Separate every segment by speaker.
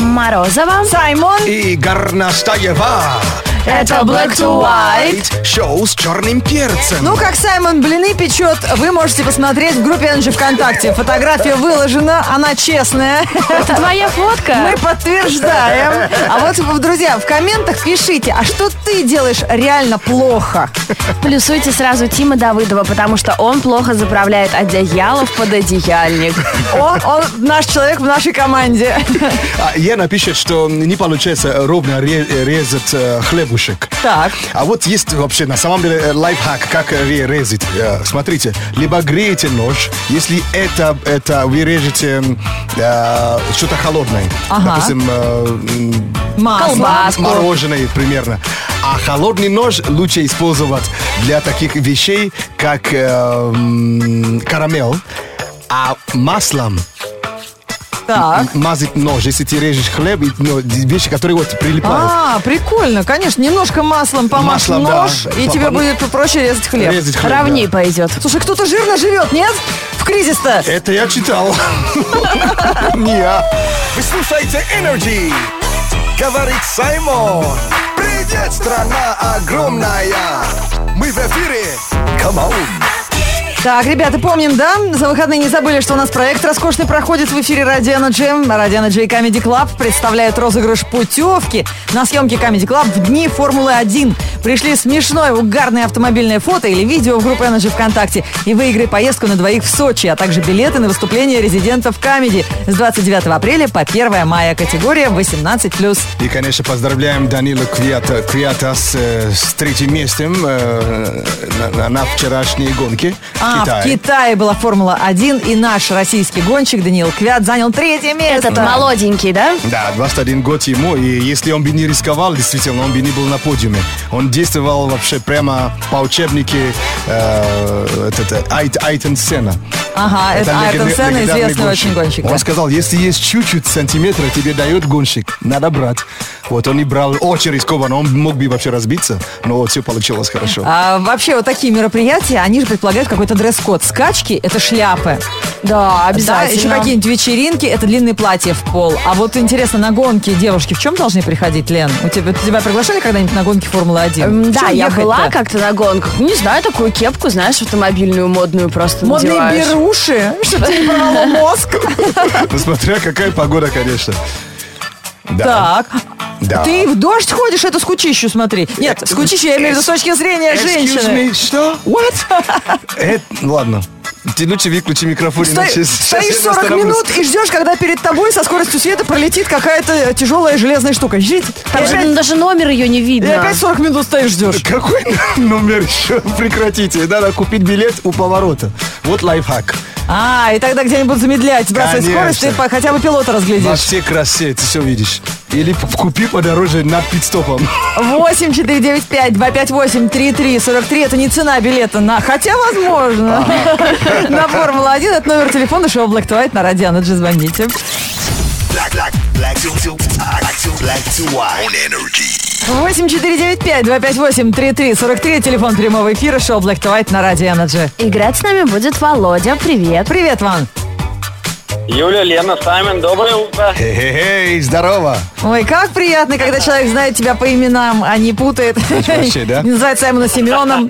Speaker 1: Морозова.
Speaker 2: Саймон.
Speaker 3: И Горнастаева.
Speaker 1: Это Black to White. No.
Speaker 3: Шоу с черным перцем.
Speaker 2: Ну, как Саймон блины печет, вы можете посмотреть в группе Энджи ВКонтакте. Фотография выложена, она честная.
Speaker 1: Это твоя фотка.
Speaker 2: Мы подтверждаем. А вот, друзья, в комментах пишите, а что ты делаешь реально плохо?
Speaker 1: Плюсуйте сразу Тима Давыдова, потому что он плохо заправляет одеяло в пододеяльник.
Speaker 2: Он, он наш человек в нашей команде.
Speaker 3: А Лена пишет, что не получается ровно ре- резать э, хлебушек.
Speaker 2: Так.
Speaker 3: А вот есть вообще на самом деле э, лайфхак, как ре- резать. Э, Смотрите, либо греете нож, если это, это вы режете м, э, что-то холодное.
Speaker 2: Ага.
Speaker 3: Допустим, э, м,
Speaker 2: Масло.
Speaker 1: Колбаску.
Speaker 3: мороженое примерно. А холодный нож лучше использовать для таких вещей, как э, м, карамель. А маслом
Speaker 2: Так.
Speaker 3: мазать нож, если ты режешь хлеб, и, ну, вещи, которые вот прилипают.
Speaker 2: А, прикольно, конечно. Немножко маслом помажь
Speaker 3: Маслом, да.
Speaker 2: нож, и
Speaker 3: По-
Speaker 2: тебе
Speaker 3: по-
Speaker 2: будет проще резать хлеб.
Speaker 3: Резать хлеб.
Speaker 1: Равни
Speaker 3: да. Э,
Speaker 1: пойдет.
Speaker 2: Слушай, кто-то жирно живет, нет? В кризис-то.
Speaker 3: Это я читал. Не я. Вы слушаете Energy. Говорит Саймон. Привет, страна огромная. Мы в эфире. Come on.
Speaker 2: Так, ребята, помним, да? За выходные не забыли, что у нас проект роскошный проходит в эфире Radio Energy. Radio Energy и Comedy Club представляют розыгрыш путевки на съемки Comedy Club в дни Формулы-1. Пришли смешное, угарное автомобильное фото или видео в группу Energy ВКонтакте и выиграй поездку на двоих в Сочи, а также билеты на выступление резидентов Comedy с 29 апреля по 1 мая. Категория 18+.
Speaker 3: И, конечно, поздравляем Данила Квята, Квята с, э, с третьим местом э, на, на- на вчерашней гонке в
Speaker 2: А, в
Speaker 3: Китае.
Speaker 2: Китае была Формула-1, и наш российский гонщик Даниил Квят занял третье место.
Speaker 1: Этот молоденький, да?
Speaker 3: Да, 21 год ему, и если он бы не рисковал, действительно, он бы не был на подиуме. Он действовал вообще прямо по учебнике э, этот, э, Айт, Айтен Сена.
Speaker 2: Ага, А, это
Speaker 3: легенда-
Speaker 2: Айртон Сена,
Speaker 3: легендарный
Speaker 2: известный очень гонщик, да.
Speaker 3: Он сказал, если есть чуть-чуть сантиметра, тебе дает гонщик, надо брать. Вот он и брал, очень рискованно, он мог бы вообще разбиться, но вот все получилось хорошо.
Speaker 2: А, вообще вот такие мероприятия, они же предполагают какой-то дресс-код. Скачки – это шляпы.
Speaker 1: Да,
Speaker 2: Да, еще какие-нибудь вечеринки – это длинные платья в пол. А вот интересно, на гонки девушки в чем должны приходить, Лен? У тебя, тебя приглашали когда-нибудь на гонки Формулы-1?
Speaker 1: М, Да, я была как-то на гонках. Не знаю, такую кепку, знаешь, автомобильную, модную просто
Speaker 2: Модные
Speaker 1: надеваешь.
Speaker 2: беруши, чтобы тебе не порвало мозг. А.
Speaker 3: Ну, Смотря какая погода, конечно. Да.
Speaker 2: Так.
Speaker 3: Да.
Speaker 2: Ты в дождь ходишь, эту скучищу смотри. Нет,
Speaker 3: Э,
Speaker 2: скучищу я имею в виду с точки зрения женщины.
Speaker 3: Excuse me, что?
Speaker 2: What?
Speaker 3: Э, ладно. Ты лучше выключи микрофон,
Speaker 2: Сто-
Speaker 3: иначе
Speaker 2: Стоишь
Speaker 3: сейчас я
Speaker 2: 40
Speaker 3: расстроюсь.
Speaker 2: минут и ждешь, когда перед тобой со скоростью света пролетит какая-то тяжелая железная штука. Жить.
Speaker 1: Там же, ну, даже номер ее не
Speaker 2: И
Speaker 1: видно.
Speaker 2: опять 40 минут стоишь, ждешь.
Speaker 3: Какой номер еще? Прекратите. Надо купить билет у поворота. Вот лайфхак.
Speaker 2: А, и тогда где-нибудь замедлять, сбрасывать
Speaker 3: Конечно.
Speaker 2: скорость, ты по- хотя бы пилота
Speaker 3: Во
Speaker 2: разглядишь.
Speaker 3: всей красе ты все видишь. Или п- купи подороже над пидстопом.
Speaker 2: 8 4 9 5 2 5 8 3 3 43 это не цена билета на... Хотя, возможно. На Формула-1 это номер телефона шоу Black to White на радио Energy. Звоните.
Speaker 4: Black, black, black to, to, black to, black to white. On energy.
Speaker 2: 8 4 9 5 2 5 8 3 3 43 телефон прямого эфира шоу Black to White на радио Energy.
Speaker 1: Играть с нами будет Володя. Привет.
Speaker 2: Привет, Ван.
Speaker 5: Юля, Лена, Саймон, доброе утро.
Speaker 3: Хе-хе-хей, здорово.
Speaker 2: Ой, как приятно, когда человек знает тебя по именам, а не путает.
Speaker 3: вообще, да?
Speaker 2: Не называет Саймона Семеном.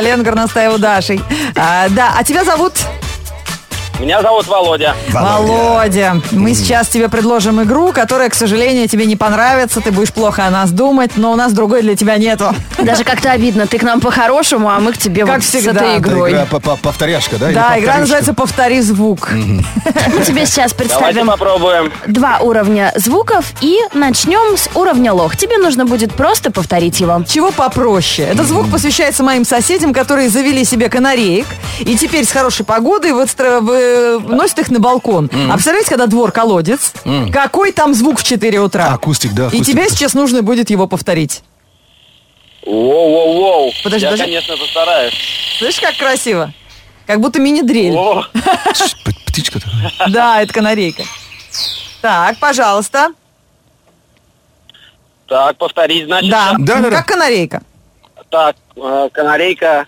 Speaker 2: Лен Горностаеву Дашей. А, Да, а тебя зовут
Speaker 5: Меня зовут Володя.
Speaker 2: Володя. Мы сейчас тебе предложим игру, которая, к сожалению, тебе не понравится. Ты будешь плохо о нас думать, но у нас другой для тебя нету.
Speaker 1: Даже как-то обидно. Ты к нам по-хорошему, а мы к тебе
Speaker 2: Как
Speaker 1: вот
Speaker 2: всегда.
Speaker 1: с этой
Speaker 3: Это
Speaker 1: игрой.
Speaker 3: игра по- по- повторяшка, да? Или
Speaker 2: Да,
Speaker 3: повторюшка?
Speaker 2: игра называется «Повтори звук».
Speaker 1: Мы тебе сейчас
Speaker 5: Давайте
Speaker 1: представим
Speaker 5: попробуем.
Speaker 1: два уровня звуков и начнем с уровня лох. Тебе нужно будет просто повторить его.
Speaker 2: Чего попроще? Этот звук посвящается моим соседям, которые завели себе канареек и теперь с хорошей погодой выстро- вы- носят э, их на балкон. А представляете, когда двор колодец, какой там звук в 4 утра?
Speaker 3: А, Акустик, да.
Speaker 2: И
Speaker 3: акустик.
Speaker 2: тебе сейчас нужно будет его повторить.
Speaker 5: Воу-воу-воу.
Speaker 2: Подожди,
Speaker 5: Я,
Speaker 2: подожди.
Speaker 5: конечно, постараюсь.
Speaker 2: Слышишь, как красиво? Как будто мини-дрель.
Speaker 5: О,
Speaker 3: П- Птичка такая.
Speaker 2: Да, это канарейка. Так, пожалуйста.
Speaker 5: так, повторить, значит.
Speaker 2: Да.
Speaker 3: Да, да, да.
Speaker 2: Как канарейка.
Speaker 5: Так, э, канарейка.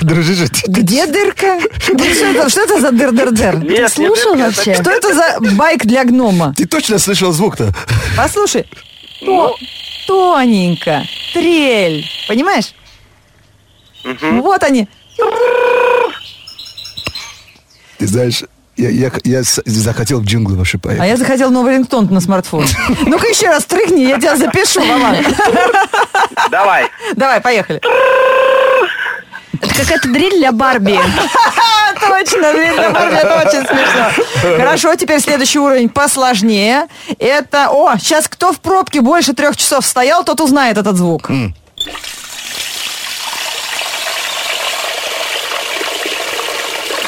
Speaker 3: Дружище, ты-
Speaker 2: Где дырка? Вот Что это, что это за дыр-дыр-дыр?
Speaker 1: Ты
Speaker 5: Нет, не
Speaker 1: слушал
Speaker 5: дырка,
Speaker 1: вообще?
Speaker 2: Что это за байк для гнома?
Speaker 3: ты точно слышал звук-то?
Speaker 2: Послушай. То- тоненько. Трель. Понимаешь? Вот они.
Speaker 3: Ты знаешь, я, я- я с- захотел в джунгл вообще
Speaker 2: А
Speaker 3: поехать.
Speaker 2: я захотел новый рингтон на смартфон. Ну-ка еще раз трыгни, я тебя запишу, мама.
Speaker 5: Давай.
Speaker 2: Давай, поехали.
Speaker 1: Это какая-то дрель для Барби.
Speaker 2: Точно, блин, на Барби, это очень смешно. Хорошо, теперь следующий уровень посложнее. Это, о, сейчас кто в пробке больше трех часов стоял, тот узнает этот звук.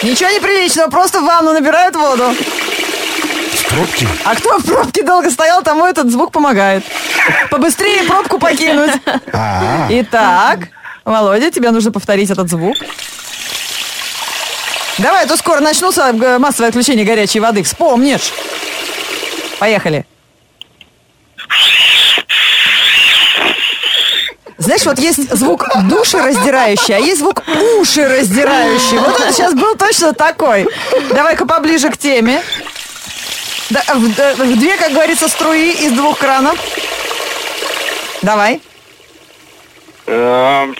Speaker 2: Ничего неприличного, просто в ванну набирают воду.
Speaker 3: В пробке?
Speaker 2: А кто в пробке долго стоял, тому этот звук помогает. Побыстрее пробку покинуть.
Speaker 3: А,
Speaker 2: Итак, Володя, тебе нужно повторить этот звук. Давай, а то скоро начнутся э, массовое отключение горячей воды. Вспомнишь. Поехали. Знаешь, вот есть звук душераздирающий, а есть звук ушераздирающий. Вот он сейчас был точно такой. Давай-ка поближе к теме. Да, в- э, в две, как говорится, струи из двух кранов. Давай.
Speaker 5: Эм,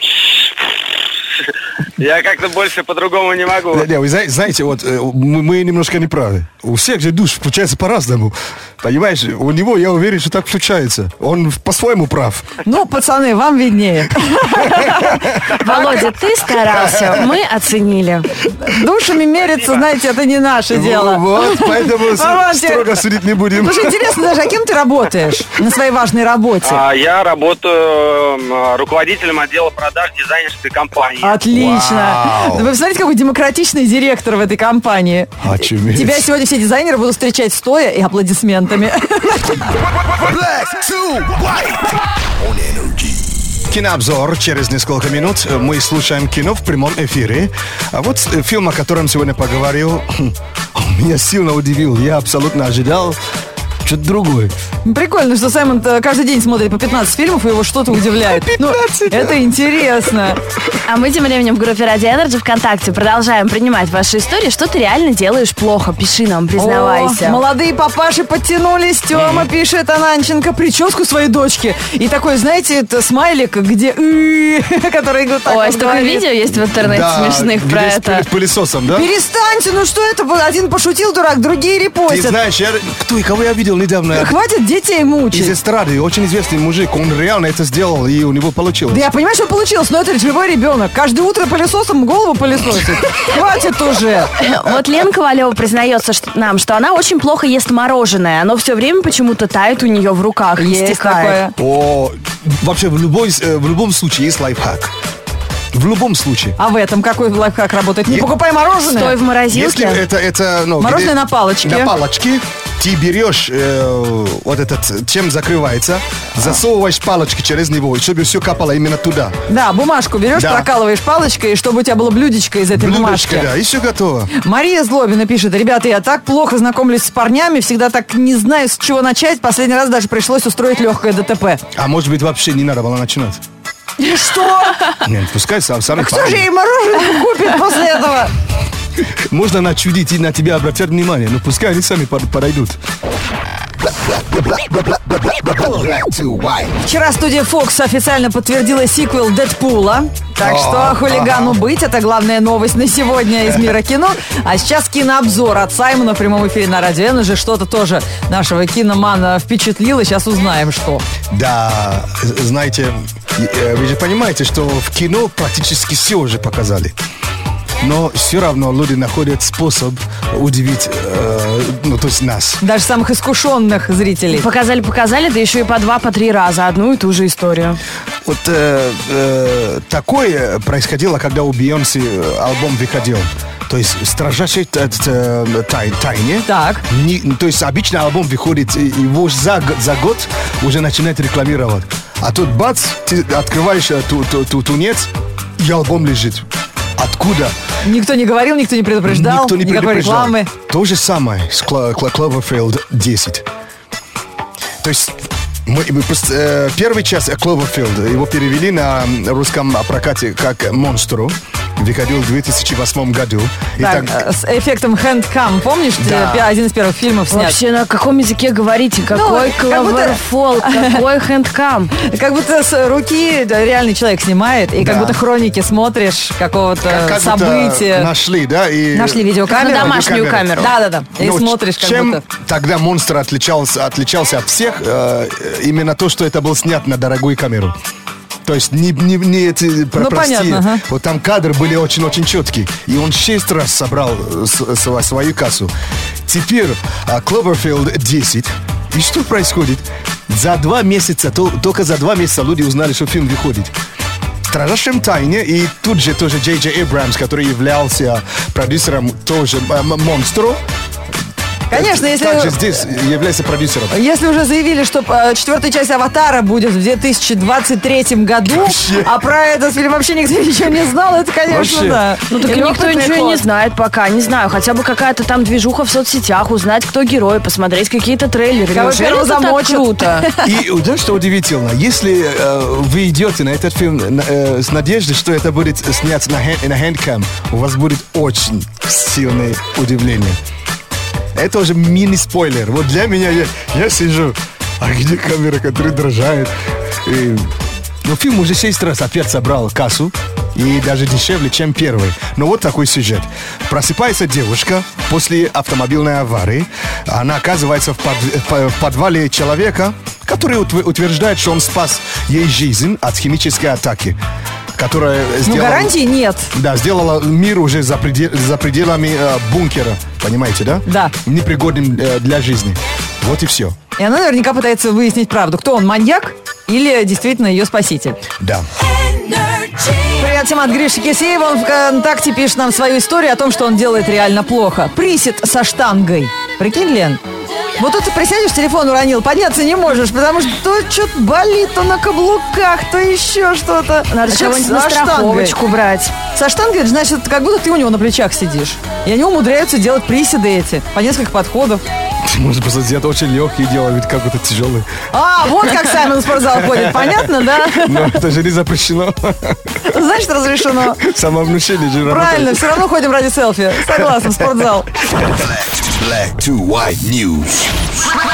Speaker 5: Я как-то больше по-другому не могу.
Speaker 3: не, не, вы зна- знаете, вот э, мы, мы немножко неправы. У всех же душ включается по-разному. Понимаешь, у него, я уверен, что так включается. Он в- по-своему прав.
Speaker 2: Ну, пацаны, вам виднее.
Speaker 1: Володя, ты старался, мы оценили.
Speaker 2: Душами мериться, знаете, это не наше
Speaker 3: Ну,
Speaker 2: дело.
Speaker 3: Вот, поэтому с-
Speaker 2: Роман, тебе-
Speaker 3: строго судить не будем.
Speaker 2: Слушай, интересно даже, а кем ты работаешь на своей важной работе?
Speaker 5: А, Я работаю м, а, руководителем отдела продаж дизайнерской компании.
Speaker 2: Отлично.
Speaker 3: Вау.
Speaker 2: Вы посмотрите, какой демократичный директор в этой компании.
Speaker 3: Очуметь.
Speaker 2: Тебя сегодня все дизайнеры будут встречать стоя и аплодисментами.
Speaker 4: Black to white on energy.
Speaker 3: Кинообзор через несколько минут. э, Мы слушаем кино в прямом эфире. А вот э, фильм, о котором сегодня поговорил, он меня сильно удивил. Я абсолютно ожидал что-то другое.
Speaker 2: Прикольно, что Саймон э, каждый день смотрит по 15 фильмов, и его что-то удивляет. Ну, это интересно.
Speaker 1: А мы тем временем в группе Ради Энерджи ВКонтакте продолжаем принимать ваши истории. Что ты реально делаешь плохо? Пиши нам, признавайся.
Speaker 2: О, молодые папаши подтянулись. Тема пишет Ананченко прическу своей дочки. И такой, знаете, это смайлик, где «ы», который вот так
Speaker 1: Ой, а
Speaker 2: вот
Speaker 1: столько
Speaker 2: говорит.
Speaker 1: видео есть в интернете
Speaker 3: Да,
Speaker 1: смешных про
Speaker 3: где с пыль-
Speaker 1: это.
Speaker 3: пылесосом, да?
Speaker 2: Перестаньте, ну что это было? Один пошутил, дурак, другие
Speaker 3: Ты
Speaker 2: репостят.
Speaker 3: знаешь, я- кто и кого я видел недавно?
Speaker 2: Хватит детей
Speaker 3: Из
Speaker 2: мучить.
Speaker 3: эстрады. Очень известный мужик. Он реально это сделал, и у него получилось.
Speaker 2: Да я понимаю, что получилось, но это живой ребенок. Каждое утро пылесосом голову пылесосит. Хватит уже.
Speaker 1: Вот Лена Ковалева признается что- нам, что она очень плохо ест мороженое. Оно все время почему-то тает у нее в руках и
Speaker 2: Есть
Speaker 1: стекает.
Speaker 2: такое.
Speaker 3: О, вообще, в, любой, э, в любом случае есть лайфхак. В любом случае.
Speaker 2: А в этом какой лайфхак работает? Не
Speaker 3: Е-
Speaker 2: покупай
Speaker 1: Стой
Speaker 2: мороженое.
Speaker 1: в морозилке.
Speaker 3: Если это, это, ну,
Speaker 2: Мороженое
Speaker 3: где-
Speaker 2: на палочке.
Speaker 3: На палочке ты берешь э, вот этот, чем закрывается,
Speaker 2: А.
Speaker 3: засовываешь палочки через него, чтобы все капало именно туда.
Speaker 2: Да, бумажку берешь,
Speaker 3: Да.
Speaker 2: прокалываешь палочкой, и чтобы у тебя было блюдечко из этой бумажки.
Speaker 3: Блюдечко, да, и все готово.
Speaker 2: Мария Злобина пишет, ребята, я так плохо знакомлюсь с парнями, всегда так не знаю, с чего начать. Последний раз даже пришлось устроить легкое ДТП.
Speaker 3: А может быть вообще не надо было начинать?
Speaker 2: Что?
Speaker 3: Нет, пускай сам, сами
Speaker 2: А Кто
Speaker 3: парни.
Speaker 2: же ей мороженое купит после этого?
Speaker 3: Можно начудить и на тебя обратят внимание, но пускай они сами под- подойдут.
Speaker 4: Black to white.
Speaker 2: Вчера студия Fox официально подтвердила сиквел Дэдпула. Так что хулигану быть, это главная новость на сегодня из мира кино. А сейчас кинообзор от Саймона в прямом эфире на Радио Энерджи. Что-то тоже нашего киномана впечатлило. Сейчас узнаем, что.
Speaker 3: Да, з- знаете, э, вы же понимаете, что в кино практически все уже показали. Но все равно люди находят способ удивить, э, ну, то есть нас.
Speaker 2: Даже самых искушенных зрителей.
Speaker 1: Показали-показали, да еще и по два, по три раза одну и ту же историю.
Speaker 3: Вот э, э, такое происходило, когда у Бейонсе э, альбом выходил. То есть в строжайшей т- т- э, тай- тайне.
Speaker 2: Так.
Speaker 3: Не- ну, то есть обычно альбом выходит, и его за, г- за год уже начинает рекламировать. А тут бац, ты открываешь э, ту, ту- ту- тунец, и альбом лежит. Откуда?
Speaker 2: Никто не говорил, никто не предупреждал,
Speaker 3: Никто не
Speaker 2: никакой
Speaker 3: предупреждал.
Speaker 2: рекламы.
Speaker 3: То же самое с Кла- Кла- Cloverfield 10. То есть мы, мы просто, э, первый час Cloverfield его перевели на м, русском прокате как «Монстру». выходил в 2008 году. И
Speaker 2: Так,
Speaker 3: так-
Speaker 2: э, с эффектом хэндкам, помнишь, где
Speaker 3: Да.
Speaker 2: пи- один из первых фильмов снят?
Speaker 1: Вообще, на каком языке говорите? Какой
Speaker 2: как будто-
Speaker 1: клаверфол, какой хэндкам?
Speaker 2: Как будто с руки да, реальный человек снимает, и как
Speaker 3: Да.
Speaker 2: будто хроники смотришь какого-то
Speaker 3: как будто
Speaker 2: э, события.
Speaker 3: нашли, да? И...
Speaker 2: Нашли
Speaker 1: Как на
Speaker 2: видеокамеру.
Speaker 1: домашнюю камеру.
Speaker 2: Да-да-да. И
Speaker 3: Ну,
Speaker 2: смотришь как
Speaker 3: чем
Speaker 2: будто...
Speaker 3: тогда монстр отличался, отличался от всех? э, именно то, что это был снят на дорогую камеру. То есть не, не, не эти э, про-
Speaker 2: Ну,
Speaker 3: простые.
Speaker 2: понятно, ага.
Speaker 3: Вот там кадры были очень-очень четкие. И он шесть раз собрал э, с- сва- свою кассу. Теперь а, Cloverfield 10. И что происходит? За два месяца, то- только за два месяца люди узнали, что фильм выходит. В строжайшем тайне, и тут же тоже Джей Джей Эбрамс, который являлся продюсером тоже э, м- монстру,
Speaker 2: Конечно,
Speaker 3: также
Speaker 2: если...
Speaker 3: здесь является продюсером.
Speaker 2: Если уже заявили, что э, четвертая часть «Аватара» будет в 2023 году,
Speaker 3: Вообще.
Speaker 2: а про этот фильм вообще никто ничего не знал, это, конечно,
Speaker 3: Вообще.
Speaker 2: да.
Speaker 1: Ну так никто
Speaker 2: Любопытный
Speaker 1: ничего и не
Speaker 2: ход.
Speaker 1: знает пока, не знаю. Хотя бы какая-то там движуха в соцсетях, узнать, кто герой, посмотреть какие-то трейлеры.
Speaker 2: Кого
Speaker 1: Неужели
Speaker 2: первого
Speaker 1: это а так
Speaker 2: замочат?
Speaker 1: круто?
Speaker 3: И да, что удивительно, если э, вы идете на этот фильм на- э, с надеждой, что это будет снято на, хэн- на хэндкам, у вас будет очень сильное удивление. Это уже мини-спойлер. Вот для меня я, я сижу, а где камера, которая дрожает? И- но фильм уже шесть раз опять собрал кассу. И даже дешевле, чем первый. Но вот такой сюжет. Просыпается девушка после автомобильной аварии. Она оказывается в, под- э, в подвале человека, который утв- утверждает, что он спас ей жизнь от химической атаки, которая
Speaker 2: Ну,
Speaker 3: сделала-
Speaker 2: гарантий нет.
Speaker 3: да, сделала мир уже за, преде- за пределами э, бункера, понимаете, да?
Speaker 2: Да.
Speaker 3: Непригодным э, для жизни. Вот и все.
Speaker 2: И она наверняка пытается выяснить правду, кто он, маньяк или действительно ее спаситель.
Speaker 3: Да.
Speaker 2: Привет всем от Гриши Кисеева. Он ВКонтакте пишет нам свою историю о том, что он делает реально плохо. Присед со штангой. Прикинь, Лен? Вот тут ты присядешь, телефон уронил, подняться не можешь, потому что то что-то болит, то на каблуках, то еще что-то.
Speaker 1: Надо
Speaker 2: А человек
Speaker 1: чего-нибудь на
Speaker 2: со штангой.
Speaker 1: страховочку брать.
Speaker 2: Со штангой, это значит, как будто ты у него на плечах сидишь. И они умудряются делать приседы эти по несколько подходов.
Speaker 3: Может просто сделать очень легкий дело, ведь какой-то тяжелый.
Speaker 2: А, вот как Саймон в спортзал ходит, понятно, да?
Speaker 3: Но это же не запрещено.
Speaker 2: Значит, разрешено.
Speaker 3: Самовнушение же
Speaker 2: Правильно,
Speaker 3: работает.
Speaker 2: все равно ходим ради селфи. Согласна, в спортзал.
Speaker 4: Black to white news.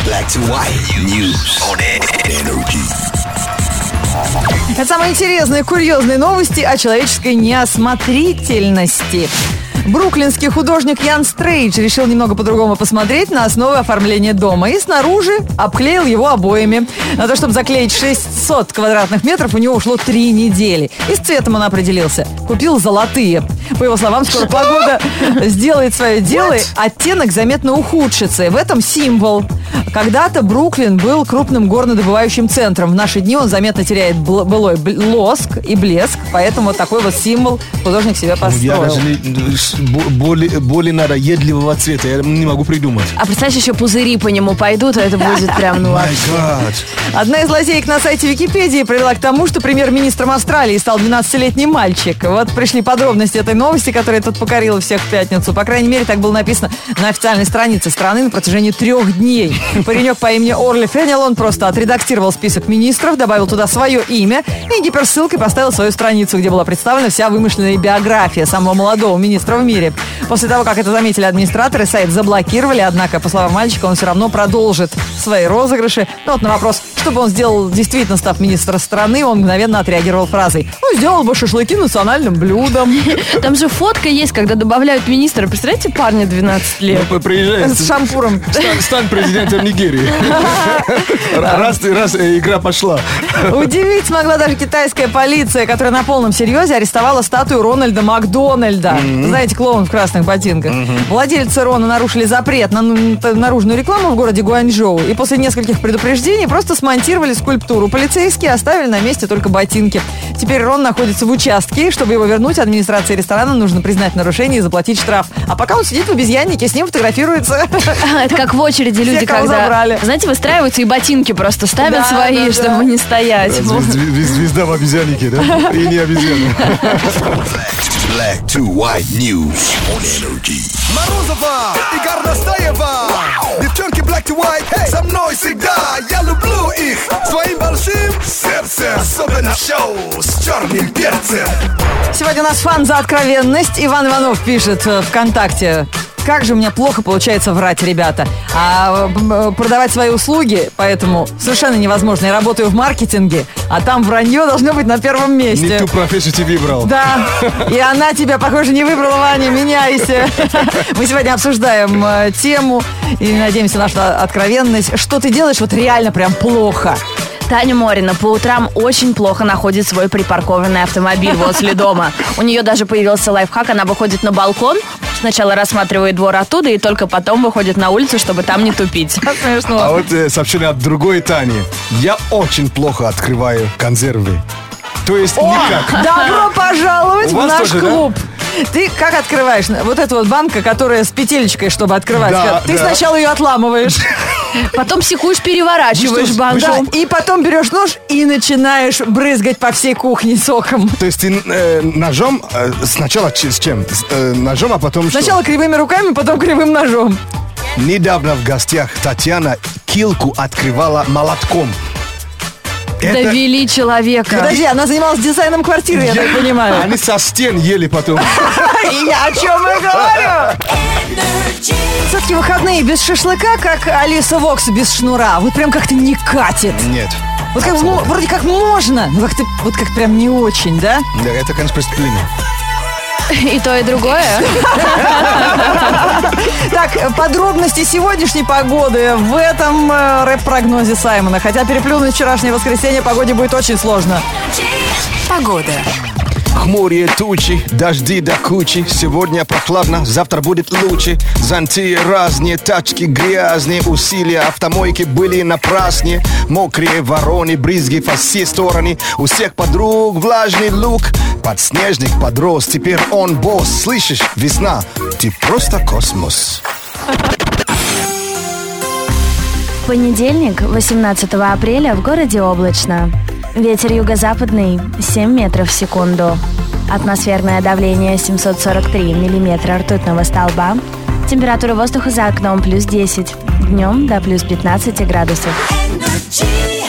Speaker 4: Black to white news on energy.
Speaker 2: Это самые интересные, курьезные новости о человеческой неосмотрительности. Бруклинский художник Ян Стрейдж решил немного по-другому посмотреть на основы оформления дома и снаружи обклеил его обоями. На то, чтобы заклеить 600 квадратных метров, у него ушло три недели. И с цветом он определился. Купил золотые. По его словам, скоро погода сделает свое дело, и оттенок заметно ухудшится. И в этом символ. Когда-то Бруклин был крупным горнодобывающим центром. В наши дни он заметно теряет бл- былой бл- лоск и блеск, поэтому вот такой вот символ художник
Speaker 3: Ну,
Speaker 2: себе
Speaker 3: Я
Speaker 2: построил.
Speaker 3: даже не- с- бо- более, более надо едливого цвета. Я не могу придумать.
Speaker 1: А представляешь, еще пузыри по нему пойдут, а это будет прям, ну,
Speaker 3: My God.
Speaker 2: Одна из лазеек на сайте Википедии привела к тому, что премьер-министром Австралии стал 12-летний мальчик. Вот пришли подробности этой новости, которая тут покорила всех в пятницу. По крайней мере, так было написано на официальной странице страны на протяжении трех дней. Паренек по имени Орли Феннел, он просто отредактировал список министров, добавил туда свое имя и гиперссылкой поставил свою страницу, где была представлена вся вымышленная биография самого молодого министра в мире. После того, как это заметили администраторы, сайт заблокировали, однако, по словам мальчика, он все равно продолжит свои розыгрыши. Но вот на вопрос, что бы он сделал, действительно став министром страны, он мгновенно отреагировал фразой «Ну, сделал бы шашлыки национальным блюдом».
Speaker 1: Там же фотка есть, когда добавляют министра. Представляете, парня 12 лет.
Speaker 3: Ну, приезжай.
Speaker 2: С шампуром.
Speaker 3: Стань, стань президентом Нигерии. Раз, ты- раз э, игра пошла.
Speaker 2: Удивить смогла даже китайская полиция, которая на полном серьезе арестовала статую Рональда Макдональда. Знаете, клоун в красных ботинках. Владельцы Рона нарушили запрет на ну, т- наружную рекламу в городе Гуанчжоу. И после нескольких предупреждений просто смонтировали скульптуру. Полицейские оставили на месте только ботинки. Теперь Рон находится в участке. Чтобы его вернуть, администрации ресторана нужно признать нарушение и заплатить штраф. А пока он сидит в обезьяннике, с ним фотографируется.
Speaker 1: Это как в очереди люди,
Speaker 2: кого
Speaker 1: когда,
Speaker 2: забрали.
Speaker 1: знаете, выстраиваются и ботинки просто ставят
Speaker 2: Да,
Speaker 1: свои,
Speaker 2: да,
Speaker 1: чтобы
Speaker 2: да.
Speaker 1: не стоять.
Speaker 3: Звез- звез- Звезда в обезьяннике, да? И не обезьяна.
Speaker 4: Black to white news on energy.
Speaker 6: Морозова и Горностаева Девчонки black to white, hey, со мной всегда Я люблю их своим большим
Speaker 4: Держим сердце, особенно шоу с черным перцем.
Speaker 2: Сегодня у нас фан за откровенность. Иван Иванов пишет э, ВКонтакте. Как же у меня плохо получается врать, ребята. А э, м, э, продавать свои услуги, поэтому совершенно невозможно. Я работаю в маркетинге, а там вранье должно быть на первом месте.
Speaker 3: Не ту профессию ты выбрал.
Speaker 2: Да, и она тебя, похоже, не выбрала, Ваня, меняйся. Мы сегодня обсуждаем э, тему и надеемся на нашу откровенность. Что ты делаешь вот реально прям плохо?
Speaker 1: Таня Морина по утрам очень плохо находит свой припаркованный автомобиль возле дома. У нее даже появился лайфхак, она выходит на балкон, сначала рассматривает двор оттуда и только потом выходит на улицу, чтобы там не тупить.
Speaker 3: А вот э, сообщение от другой Тани. Я очень плохо открываю консервы. То есть никак.
Speaker 2: Добро пожаловать
Speaker 3: У
Speaker 2: в
Speaker 3: вас
Speaker 2: наш
Speaker 3: тоже, да?
Speaker 2: клуб. Ты как открываешь? Вот эту вот банка, которая с петелечкой, чтобы открывать.
Speaker 3: Да,
Speaker 2: ты
Speaker 3: да.
Speaker 2: сначала ее отламываешь,
Speaker 1: Потом психуешь,
Speaker 3: Вы
Speaker 1: переворачиваешь
Speaker 3: Ну, что,
Speaker 1: банку.
Speaker 2: да, и потом берешь нож и начинаешь брызгать по всей кухне соком.
Speaker 3: То есть ты э, ножом э, сначала ч- с чем? С, э, ножом, а потом что?
Speaker 2: Сначала кривыми руками, потом кривым ножом.
Speaker 3: Недавно в гостях Татьяна килку открывала молотком. Это-
Speaker 1: Довели человека.
Speaker 2: Подожди, она занималась дизайном квартиры, я так понимаю.
Speaker 3: Они со стен ели потом.
Speaker 2: И Я о чем и говорю. Все-таки выходные без шашлыка, как Алиса Вокс без шнура. Вот прям как-то не катит.
Speaker 3: Нет.
Speaker 2: Вот как, ну, вроде как можно, но как-то вот как прям не очень, да?
Speaker 3: Да, Это, конечно, преступление.
Speaker 1: И то, и другое.
Speaker 2: Так, э, подробности сегодняшней погоды в этом э, рэп-прогнозе Саймона. Хотя переплюнуть вчерашнее воскресенье погоде будет очень сложно.
Speaker 3: Хмурые тучи, дожди до кучи Сегодня прохладно, завтра будет лучше Зонты разные, тачки грязные Усилия автомойки были напрасны Мокрые вороны, брызги по все стороны У всех подруг влажный лук Подснежник подрос, теперь он босс Слышишь, весна, ты просто космос
Speaker 1: Понедельник, 18 апреля, в городе облачно. Ветер юго-западный 7 метров в секунду. Атмосферное давление 743 миллиметра ртутного столба. Температура воздуха за окном плюс 10. Днем до плюс 15 градусов.
Speaker 6: energy.